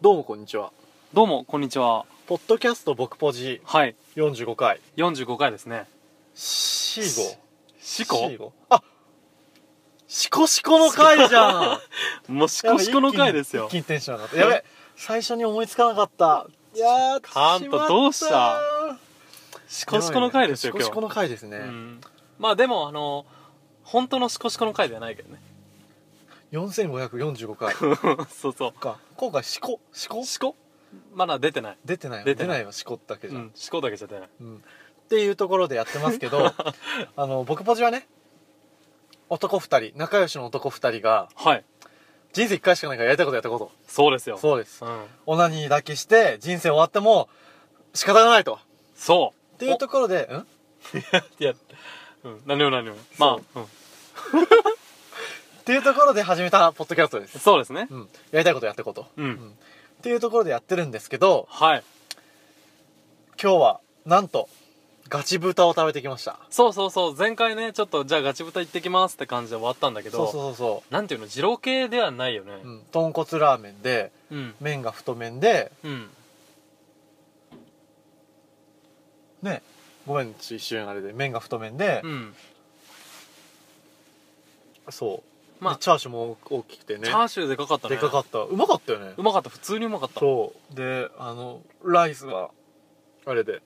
どうもこんにちはどうもこんにちはポッドキャスト僕ポジはい45回45回ですねシーゴシコシーゴあシコシコの回じゃんもうシコシコの回ですよ一気にテンション上がったやべ最初に思いつかなかったいやーカントどうしたシコシコの回ですよシコシコの回ですねう、ん、まあでもあの本当のシコシコの回ではないけどね 4545回そうそか今回シコシコうシコまだ出てない、出てないよ出て出ないないよシコだけじうゃん、ん、シコだけじゃ出ないうんっていうところでやってますけ どあの僕ポジはね男2人仲良しの男2人がはい人生1回しかないからやりたいことやったこそうですよとそうですう、ん、オナニーだけして人生終わっても仕方がないとっそうていうところでんいや、うん、何も何もまあう、ん、っていうところで始めたポッドキャストです、そうですねうん、やりたいことやったこと、うん、うんっていうところでやってるんですけどはい今日はなんとガチ豚を食べてきましたそうそうそう前回ねちょっとじゃあガチ豚行ってきますって感じで終わったんだけどそうそうそうそなんていうの二郎系ではないよねう、うん、豚骨ラーメンでうん麺が太麺でうんねごめん一瞬あれで麺が太麺で、うんそうまあでチャーシューも大きくてねチャーシューでかかったねでかかったうまかったよねうまかった普通にうまかったそうであのライスがあれで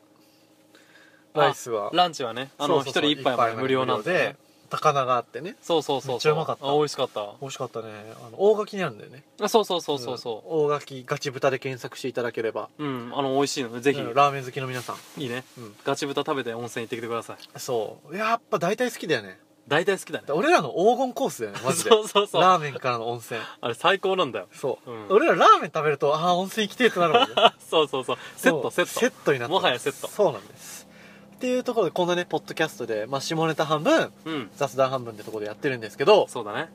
あライスはランチはねあの一人一杯まで無料なんで、でね、高菜があってねそうそうそうそうめっちゃうまかったあ美味しかった美味しかったねあの大垣にあるんだよねあそうそうそうそうそうん大垣ガチ豚で検索していただければううん、あの美味しいのでぜひうんラーメン好きの皆さんいいね、うんガチ豚食べて温泉行ってきてくださいそうやっぱ大体好きだよね大体好きだねで俺らの黄金コースだよねマジで そうそうそうラーメンからの温泉あれ最高なんだよそう、うん俺らラーメン食べるとああ温泉行きてえってなるもんねそうそうそう セットセそうットセットになってますもはやセットそうなんですっていうところでこんなねポッドキャストで、まあ、下ネタ半分うん雑談半分ってところでやってるんですけど、そうだね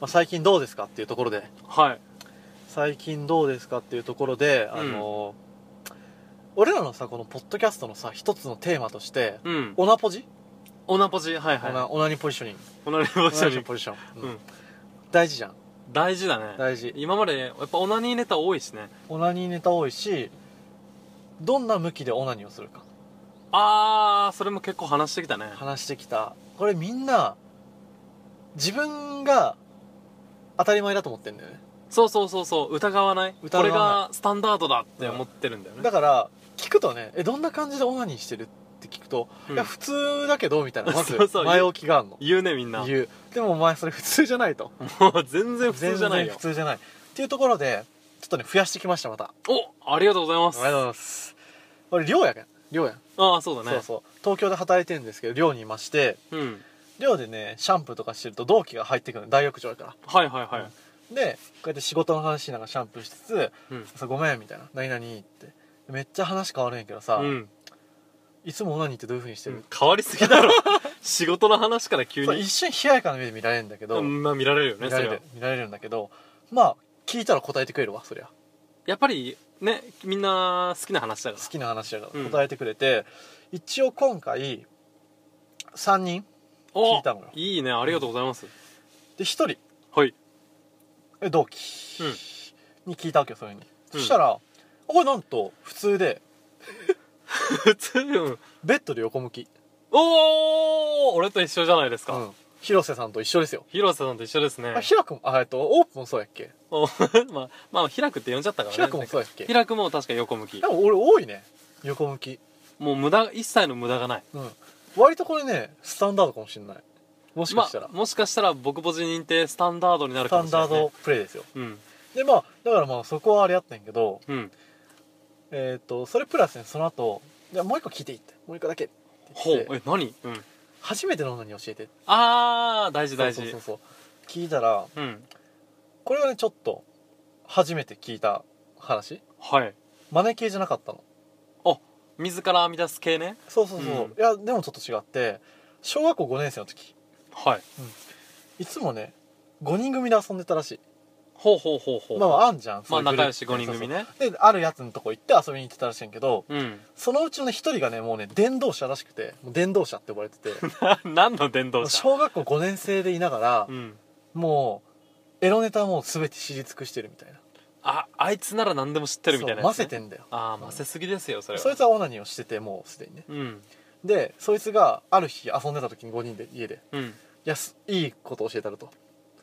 まあ、最近どうですかっていうところではい最近どうですかっていうところで、あの俺らのさこのポッドキャストのさ一つのテーマとして、うんオナポジ、オナポジはいはオナいオナニポジショニングオナニポジシオナョニポジション、ンうん大事じゃん大事だね大事今までやっぱオナニーネタ多いしねオナニネタ多いしどんな向きでオナニをするかあーそれも結構話してきたね話してきたこれみんな自分が当たり前だと思ってんだよねそうそうそうそう疑わない疑わないこれがスタンダードだって思ってるんだよねだから聞くとねえどんな感じでオナニーしてるって聞くと、うんいや普通だけどみたいなまずそうそう前置きがあるの言うねみんな言うでもお前それ普通じゃないともう全 然普通じゃない全然よ普通じゃないっていうところでちょっとね増やしてきましたまたあおありがとうございまりすがとうございます俺寮やけん寮やん、ああそうだそねうそう東京で働いてるんですけど寮にいましてうん寮でねシャンプーとかしてると同期が入ってくるの大浴場やからはいはいはいでこうやって仕事の話しながらシャンプーしつつうん「さごめん」みたいな「何々」ってめっちゃ話変わるんやけどさ、うんいつもオナニーってどういうふうにしてる、変わりすぎだろ 仕事の話から急そうに一瞬冷ややかな目で見られるんだけど、うんまあ見られるよ見ねそられれはる見られるんだけどまあ聞いたら答えてくれるわそりゃやっぱりねみんな好きな話だか好きな話やからうん答えてくれて、一応今回3人ら聞いたのよおいいねありがとうございますで1人はいえ同期うんに聞いたわけよそういうふうに、うんそしたらこれなんと普通で普通うんベッドで横向き、おお俺と一緒じゃないですうかん広瀬さんと一緒ですよ、広瀬さんと一緒ですねあひらくんあえっとオープンもそうやっけお まあまあ開くって呼んじゃったからねひらくんもそうやっけ開くも確か横向きでも俺多いね横向きもう無駄一切の無駄がないうん割とこれねスタンダードかもしれないもしかしたら、まあもしかしたら僕ポジ認定スタンダードになスるタかンもしれダない、ーね、ドプレイですようんでまあだからまあそこはあれやったんやけどうんえっ、とそれプラスねその後じゃあもう一個聞いていいってもう一個だけってほ言っうてえ何うん初めての女に教えてあー大事大事そうそうそうそう聞いたらうんこれはねちょっと初めて聞いた話はいマネ系じゃなかったの自ら編み出す系ねそうそうそう、うんいやでもちょっと違って小学校5年生の時はいいつもね5人組で遊んでたらしほうほうほうほいうまあままああんじゃんあ仲良し五5人組ねであるやつのとこ行って遊びに行ってたらしいんやけどうん そのうちの一人がねもうね電動車らしくてもう電動車って呼ばれて て何の電動車小学校5年生でいながらう、んもうエロネタはもう全て知り尽くしてるみたいなああいつなら何でも知ってるみたいなそう混やつね、ぜてんだよああ混ぜすぎですよそれはそいつはオナニーをしててもうすでにねうんでそいつがある日遊んでた時に5人で家でうんいやすいいことを教えたると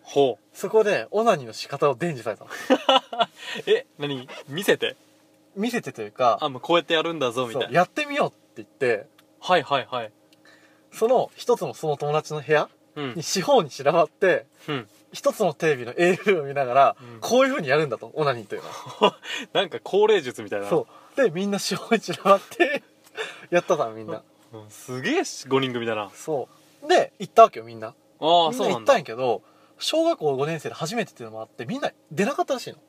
ほうそこでオナニーの仕方を伝授されたのえ何見せて見せてというかあもうこうやってやるんだぞみそたいうなやってみようって言ってはいはいはいその一つのその友達の部屋うんに四方に散らばってうん一つのテレビの AV を見ながら、うんこういう風にやるんだとオナニーというのは なんか高齢術みたいなそうでみんな四方に散らばって やったからみんなうんすげえし5人組だなあそうで行ったわけよみんなあみんなそ行うなっんたんだやけど小学校5年生で初めてっていうのもあってみんな出なかったらしいの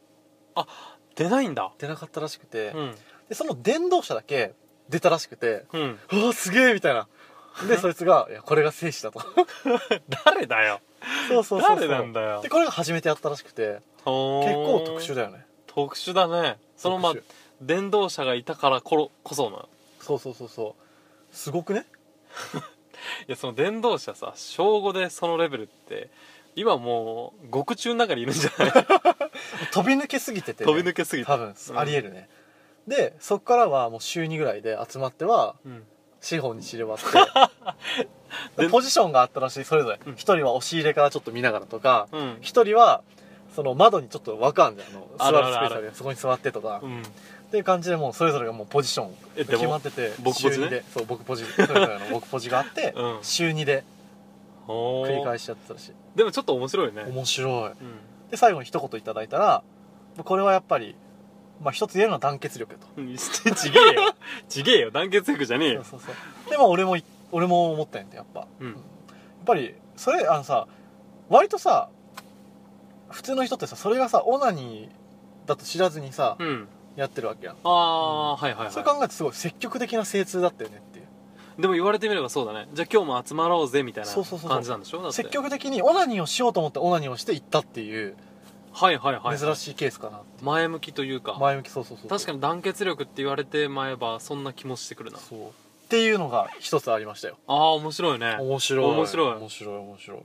出ないんだ出なかったらしくて、うんでその伝道者だけ出たらしくてうん「うわすげえ!」みたいな でそいつが「いやこれが生死 だ」と誰だよそうそうそうそう誰なんだよでこれが初めてやったらしくて結構結構特殊だよね特殊だねそのまあ特殊伝道者がいたからころこそなそうそうそうそうすごくねいやその伝道者さ小5でそのレベルって今もう獄中の中にいるんじゃない飛び抜けすぎててね、飛び抜けすぎて多分、うんありえるねでそっからはもう週2ぐらいで集まってはうん四方に散りばって でポジションがあったらしいそれぞれうん一、人は押し入れからちょっと見ながらとかうん一、人はその窓にちょっと分かんじゃんあの座あるあるるスあペーるスあるやんそこに座ってとか、うんっていう感じでもうそれぞれがもうポジションえで決まもってて僕ポジ週ね二でそう僕ポジそれぞれの僕ポジがあって、うん週2でお繰りー返しやってたらしいでもちょっと面白いね面白いうんで最後に一言いただいたらこれはやっぱり、まあ、一つ言えるのは団結力やと うん してちげえよちげえよ団結力じゃねえそうよそうそうでまあ俺もい俺も思ったんやてやっぱ、うんやっぱりそれあのさ割とさ普通の人ってさそれがさオナニーだと知らずにさ、うんやってるわけやん、ああはいはいそはう考えるとすごい積極的な精通だったよねっていういでも言われてみればそうだねじゃあ今日も集まろうぜみたいなそうそうそうそう感じなんでしょだって積極的にオナニーをしようと思ってオナニーをして行ったっていうはいはいはい珍しいケースかな、前向きというか前向きそうそうそう確かにに団結力って言われてまえばそんな気もしてくるなそうっていうのが一つありましたよああ面白いね面白い面白い面白い面白いっ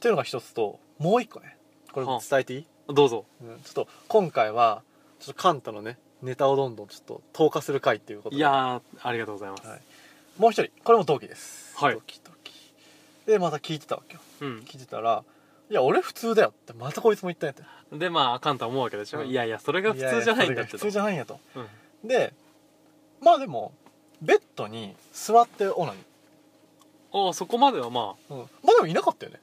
ていうのが一つともう一個ねこれはあ伝えていい、どうぞうん、ちょっと今回はちょっとカンタのねネタをどんどんちょっと投下する回っていうこといでやーありがとうございます、はいもう一人これも同期ですはい同期同期でまた聞いてたわけようん聞いてたら「いや俺普通だよ」ってまたこいつも言ったんやってでまああかんとは思うわけでしょ、うんいやいやそれが普通じゃないややそんだっれがて普と通じゃないんやとうんでまあでもベッドに座ってオナニああそこまではまあー、うん、まあでもいなかったよね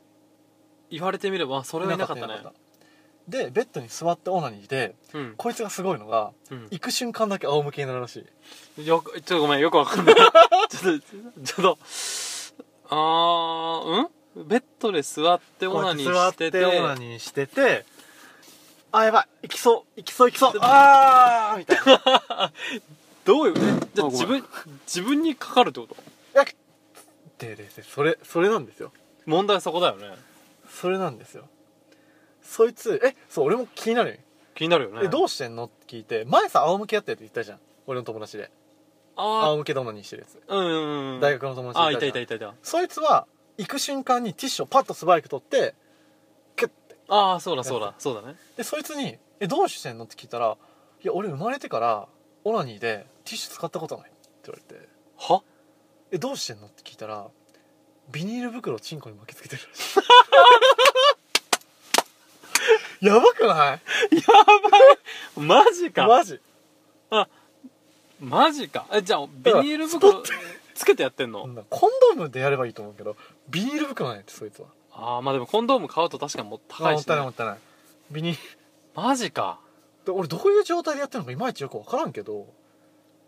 言われてみればそれはいなかったねいでベッドに座ってオナニーでうん、こいつがすごいのがうん行く瞬間だけ仰向けになるらしいよくちょっとごめんよくわかんない ちょっとちょっとあーうんベッドで座ってオナニーしてこてうやって座ってオナニーしててあやばい行きそう行きそう行きそうああみたい などういうえじゃあごめあん自分自分にかかるってことやっでででそれそれなんですよ問題はそこだよねそれなんですよそいつえそう俺も気になるよ、気になるよねえどうしてんのって聞いて前さ仰向けやってるって言ったじゃん俺の友達であ仰向けでオナニーしてるやつあうんうんうん大学の友達あでいたじゃんいたいたいたそいつは行く瞬間にティッシュをパッと素早く取ってキュッてああそうだそうだそうだねでそいつに「えどうしてんの?」って聞いたら「いや俺生まれてからオナニーでティッシュ使ったことない」って言われては「えどうしてんの?」って聞いたら「ビニール袋をチンコに巻きつけてるらし い」やばくないマジかマジマジかえじゃあビニールだ袋つけてやってんこのんなコンドームでやればいいと思うけどビニール袋なんやってそいつはああまあでもコンドーム買うと確かにもうあ高もいっしたいないねもったいないビニーマジかルで俺どういう状態でやってるのかいまいちよく分からんけど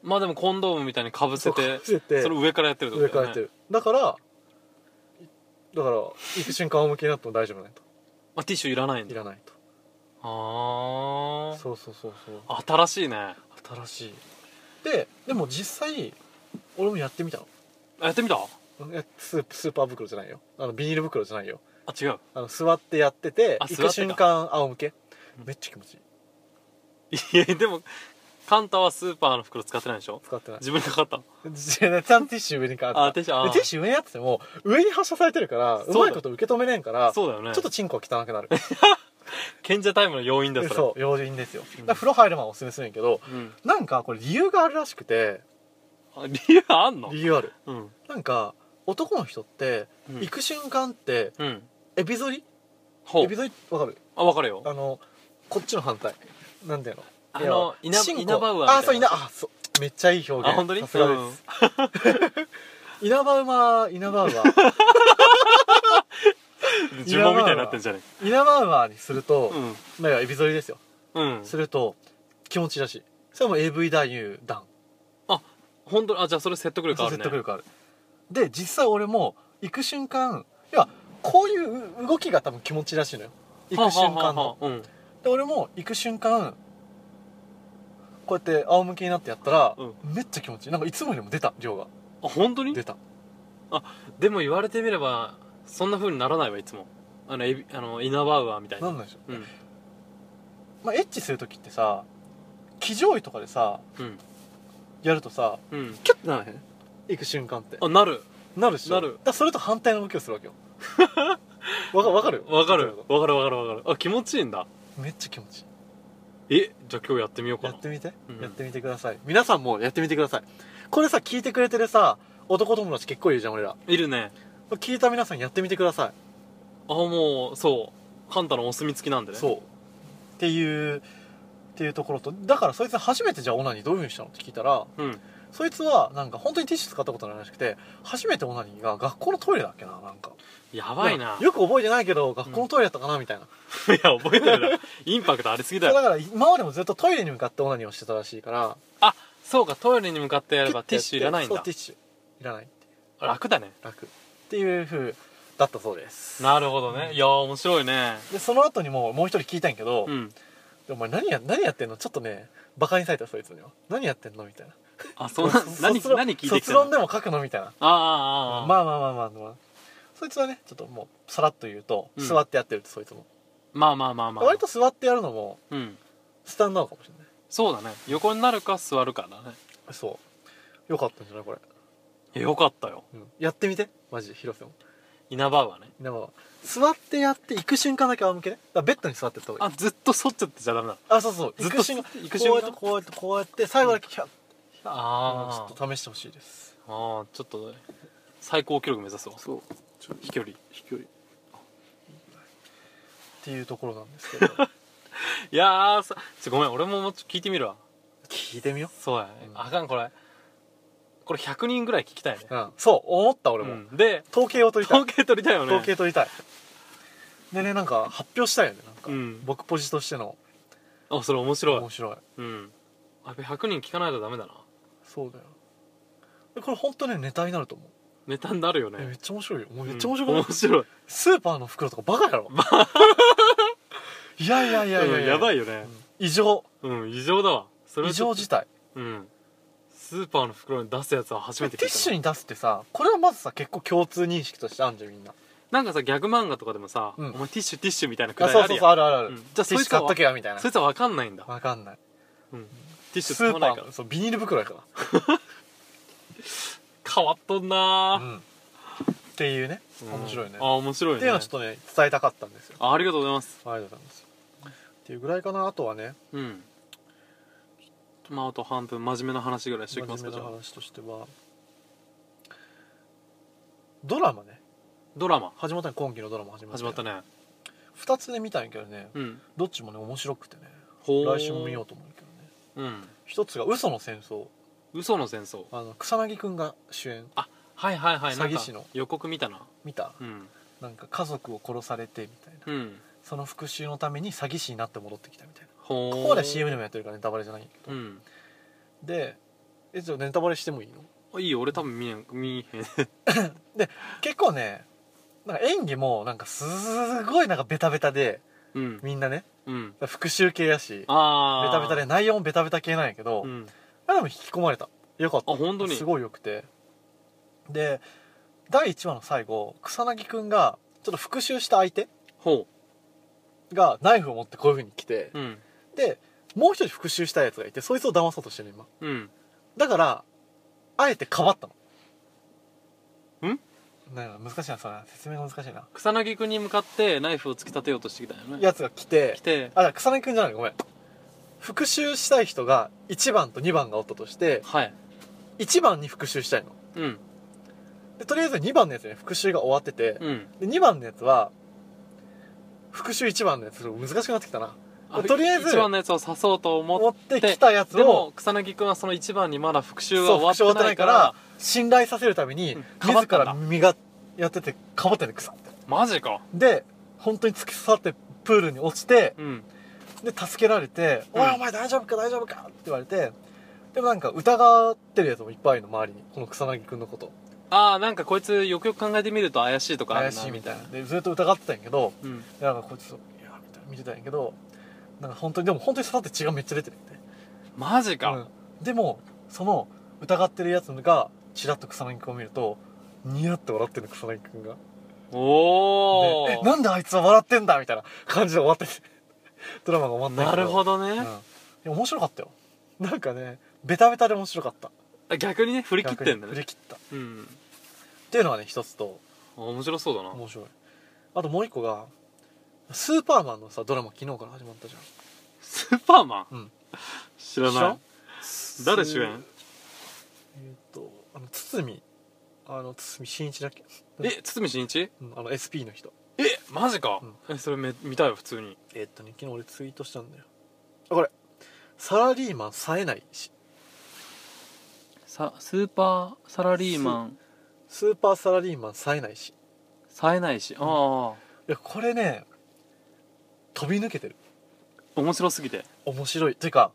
まあでもコンドームみたいにかぶせてそう被せてそれ上からやってるって上ことからだやってよねるだからだから行く瞬間仰向けになっても大丈夫ないとまあティッシュいらないんいだらないとあそうそうそうそうあ新しいね新しいででも実際俺もやってみたのあやってみたあえスープスーパー袋じゃないよあのビニール袋じゃないよ違う あの座ってやっててあ行座っくてか瞬間仰向けうんめっちゃ気持ちいいいやでもカンタはスーパーの袋使ってないでしょ使ってない自分にかかったじゃあちゃんとティッシュ上にかあかーってティッシュたあでティッシュ上にやってても上に発射されてるからうそうだよまいこと受け止めれんからちょそうだよね っとチンコは汚くなる賢者タイムの要因だそれそう用心ですよ、だかうんら風呂入る前はおすすめするんやけどう、ん、なんかこれ理由があるらしくてあ理由あんの理由あるうんなんか男の人ってうん行く瞬間ってうんエビ反りほエうビ反りわかるあ分かるよあのこっちの反対なんていうのあのい稲や葉シンコ稲葉馬あそう稲あそうめっちゃいい表あ現本当にさすがです、 稲葉馬稲葉馬 うん呪文みたいになってんじゃね稲葉馬にすると、うんまあエビ反りですようんすると気持ちいいらしいそれはもう AV 男優団本当にあじゃあそれ説得力ある説ね得力あるで実際俺も行く瞬間いやこういう動きが多分気持ちいいらしいのよ行く瞬間のはあはあはあうんで俺も行く瞬間こうやって仰向けになってやったら、うんめっちゃ気持ちいいなんかいつもよりも出た量があ本当に出たでも言われてみればそんな風にならないわいつもあのエビあのイナバウアーみたいななんなんでしょう、うんまあ、エッチする時ってさ騎乗位とかでさうんやるとさうんキュッてならへん行く瞬間ってあなるなるっしょなるだからそれと反対の動きをする わけよわかわかるわかるわかるわかるわかるあ気持ちいいんだめっちゃ気持ちいいえじゃあ今日やってみようかやなってみて、うんやってみてください皆さんもやってみてくださいこれさ聞いてくれてるさ男友達結構いるじゃん俺らいるね聞いた皆さんやってみてくださあもうそうカンタのお墨付きなんでい、ねそうっていうっていうところとだからそいつ初めてじゃあオナニーどういうふうにしたのって聞いたらううんそいつはなんか本当にティッシュ使ったことないらしくて初めてオナニーが学校のトイレだっけななんかやばいないよく覚えてないけど学校のトイレだったかなみたいな、 や覚えてるなインパクトありすぎだそうだよから今までもずっとトイレに向かってオナニーをしてたらしいからそうかトイレに向かってやればティッシュいらないんそうだティッシュいらない楽だね楽っていうふうだったそうですなるほどねいやー面白いねでその後にもうもう一人聞いたんやけど、うんでお前何や何やってんのちょっとねバカにされたそいつには何やってんのみたいなあそんな卒何卒論何聞いてき卒たの論でも書くのみたいなああああああまあまあまあまあ、まあ、そいつはねちょっともうさらっと言うと、うん座ってやってるってそいつも、まあまあまあまあ割と座ってやるのもうんスタンダードかもしれないそうだね横になるか座るかだねそうよかったんじゃないこれ、いやよかったようんやってみてマジ広瀬も稲葉はねみんなも座ってやって行く瞬間だけ仰向けねだからベッドに座ってった方がいいあずっとそっちゃってちゃダメなのあそうそうず行っとく瞬間行く瞬間こうやってこうやってこうやって最後だけキャッ、ちあょっと試してほしいですあああちょっと最高記録目指すわそう飛距離飛距っ離ていうところなんです けどいやーさちょごめん俺ももうちょっと聞いてみるわ聞いてみよそうや、ねうんあかんこれこれ100人ぐらい聞きたいねう、うん、そう思った俺も、うんで統計を取りたい統計取りたいよね統計取りたいでねなんか発表したいよねなんか、うん僕ポジとしてのあそれ面白い面白いうんあやっぱ100人聞かないとダメだなそうだよでこれ本当ねネタになると思う、ネタになるよねえめっちゃ面白いよもううんめっちゃ面白くない、面白いスーパーの袋とかバカ やろいやいやいやいやうんやばいいよね異常うん異常だわそれ異はちょ常っと事態うんスーパーの袋に出すやつは初テめィて聞いッたシュなに出すってさこれはまずさ結構共通認識としてあるんじゃんみんななんかさギャグ漫画とかでもさ「おうん前ティッシュティッシュ」みたいなくだありそうそあうるやそうあるあるある、うんじゃテあィそッいシュつは買っとけよみたいなんそいつは分かんないんだわかんないうんティッシスュ使ーわパないかーらのそうビニール袋やから変わっとんなーうんっていうねうん面白いね、あ面白いねっていうのはちょっとね伝えたかったんですよあありがとうございますありがとうございますっていうぐらいかなあとはねうんまああと半分真面目な話ぐらいして真おきます面か目じゃなあ話としてはドラマねドラマ始まったね今期のドラマ始まった始まったねね2つね見たんやけどねうんどっちもね面白くてねほー来週も見ようと思うけどねうん一つが「嘘の戦争嘘の戦争」あの草薙くんが主演はいはいはいなんか詐欺師の予告見たな見たうんなんか家族を殺されてみたいなうんその復讐のために詐欺師になって戻ってきたみたいなほーここまで CM でもやってるからネタバレじゃないんやけど、うんでえじゃあネタバレしてもいいのあいいよ俺多分見えん見えへん結構ねなんか演技もなんかすごいなんかベタベタでうんみんなねうん復讐系やしベああタベタで内容もベタベタ系なんやけど、うんあでも引き込まれたよかったあ本当にすごいよくてで第1話の最後草薙くんがちょっと復讐した相手ほがナイフを持ってこういうふうに来てううんでもう一人復讐したいやつがいてそいつを騙そうとしてるの今うんだからあえてかばったのんなんか難しいなそれ説明が難しいな草薙君に向かってナイフを突き立てようとしてきたよねやつが来て来てあ草薙くんじゃないごめん復讐したい人が1番と2番がおったとしてはい1番に復讐したいのうんでとりあえず2番のやつに復讐が終わってて、うんで2番のやつは復讐1番のやつ難しくなってきたなとりあえず1番のやつを刺そうと思持っってきたやつでもを草薙君はその1番にまだ復そ讐うが終わ復って讐終わってなないいかからら信頼させるためにうんかばっ自たんだら身がやっててかばってんでくさってマジかで本当に突き刺さってプールに落ちてうんで助けられて「うんおいお前大丈夫か大丈夫か」って言われてでもなんか疑ってるやつもいっぱいいるの周りにこの草薙くんのことああなんかこいつよくよく考えてみると怪しいとかあ怪るなしいみみたたいいななでずっと疑ってたんやけどうんでなんかこいつと「いや」みたいな見てたんやけどなんか本当にでも本当に刺さって血がめっちゃ出てるって、マジか、うんでもその疑ってるやつがちらっと草薙くんを見るとニヤって笑ってるの草薙くんがおおでえなんであいつは笑ってんだみたいな感じで終わっててドラマが終わったんやなけるほうどんね、いや面白かったよなんかねベタベタで面白かった逆にね振り切ってん逆にだ振ねり切ったっうんていうのがね一つとあ面白そうだな面白いあともう一個がスーパーマンのさドラマ昨日から始まったじゃスーパーマン、うん知ら知らなんいん 誰主演えーっとあの堤あの堤真一だっけうんえ堤真一うんあの SP の人えマジか、えそれめ見たよ普通にえーっとね昨日俺ツイートしたんだよあこれサラリーマン冴えないしさスーパーサラリーマンスーパーサラリーマン冴えないし冴えないしああいやこれね飛び抜けてる面白すぎて面白いというか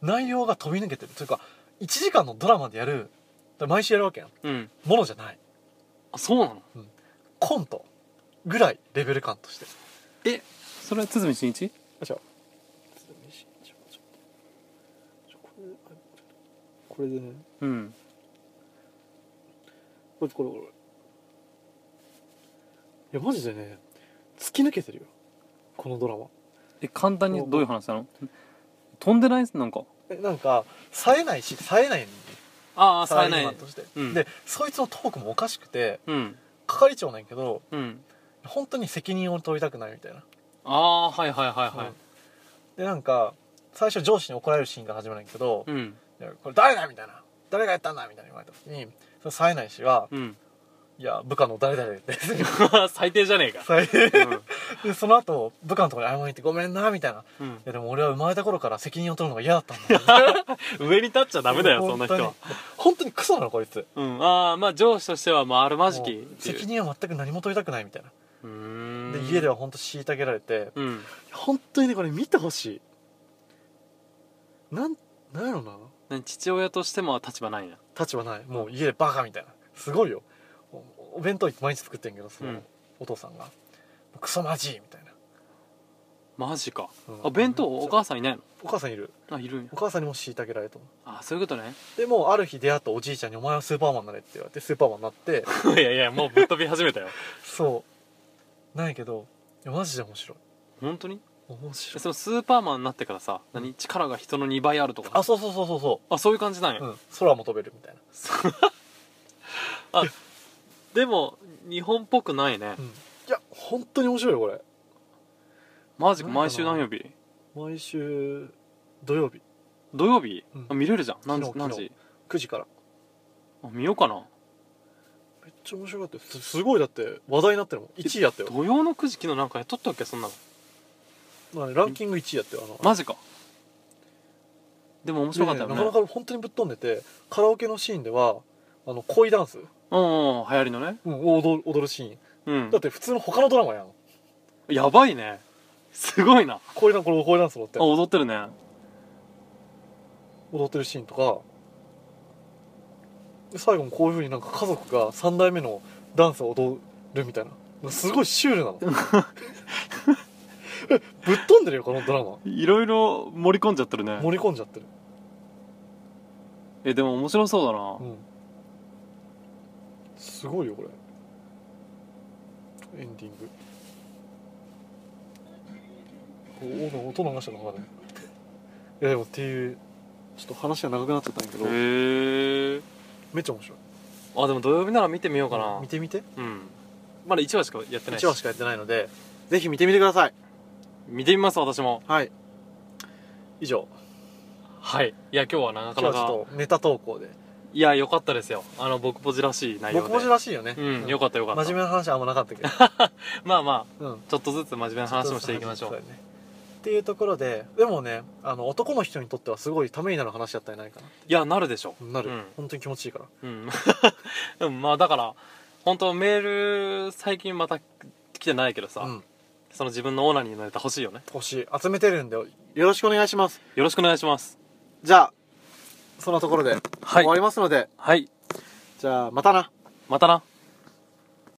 内容が飛び抜けてるというか1時間のドラマでやるだから毎週やるわけやんうんものじゃないあそうなのコントぐらいレベル感としてえそれは堤真一じゃこれでねうんこれこれこれいやマジでね突き抜けてるよこのドラマえ簡単にどういう話なの飛んでないなんかえなんか冴えないし冴えないんでああサラリ冴えなーマンいとして、うんでそいつのトークもおかしくてうん係長なんやけどうん本当に責任を取りたくないみたいな、ああはいはいはいはいでなんか最初上司に怒られるシーンから始まるんやけど、うんいやこれ誰だみたいな誰がやったんだみたいな言われた時にその冴えない氏はうん 「いや部下の誰々」って最低じゃねえか冴えうん でその後部下のところに謝りに行って「ごめんな」みたいな「いうんやでも俺は生まれた頃から責任を取るのが嫌だったん だよ」上に立っちゃダメだよそんな人本は当に本当にクソなのこいつうんああまあ上司としてはまああるまじきもうっていう責任は全く何も取りたくないみたいなうーんで家では本当虐げられてうん本当にねこれ見てほしいなんなんやろな何父親としても立場ないな立場ないもう家でバカみたいなすごいよおお弁当毎日作ってんけどその、うんお父さんがクソまじいみたいな、マジかうんあ弁当お母さんいないのお母さんいるあいるんやお母さんにも虐げられたのあそういうこと ねでもうある日出会ったおじいちゃんに「お前はスーパーマンになれ」って言われてスーパーマンにな っていやいやもうぶっ飛び始めたよそうなんやけどいやマジで面白い 本当に面え白いそのスーパーマンになってからさ何力が人の2倍あるとかあそうそうそうそうそあそういう感じなんやう、うん、空も飛べるみたいな、あでも日本っぽくないねうん、いや本当に面白いよこれマジかなんかな毎週何曜日毎週土曜日土曜日、うんあ見れるじゃん何時昨日何昨時9時からあ見ようかなめっちゃ面白かったよすすごいだって話題になってるもん1位やったよ土曜の9時昨日なんかやっとったっけそんなのまあねランキング1位やってあのマジかでも面白かったよねでなかなか本当にぶっ飛んでてカラオケのシーンではあの恋ダンス、うんうんうん流行りのねうん、踊る踊るシーンうんだって普通の他のドラマやんやばいねすごいなあ恋ダンスこれ恋ダンス踊って 踊ってるね踊ってるシーンとかで最後もこういうふうになんか家族が3代目のダンスを踊るみたいなすごいシュールな のえぶっ飛んでるよこのドラマいろいろ盛り込んじゃってるね盛り込んじゃってる、えでも面白そうだなうん、すごいよこれエンディングおお音流したのかね いやでもっていうちょっと話が長くなっちゃったんやけどへえめっちゃ面白いあでも土曜日なら見てみようかな見てみてうんまだ1話しかやってないし1話しかやってないのでぜひ見てみてください見てみます私もはい以上はいいや今日はなか今な日はちかょっとネタ投稿でいや良かったですよあの僕ポジらしい内容で僕もじらしいよねうん良かった良かった真面目な話はあんまなか ったけどまあまあうんちょっとずつ真面目な話もしていきましょそううだねっていうところででもねあの男の人にとってはすごいためになる話だったんじゃないかいやなるでしょななる、うん本当に気持ちいいからうん うんまあだから本当メール最近また来てないけどさ、うんその自分のオーナニーのネタ欲しいよね欲しい集めてるんでよろしくお願いしますよろしくお願いしますじゃあそんなところではい終わりますので、はいじゃあまたなまたな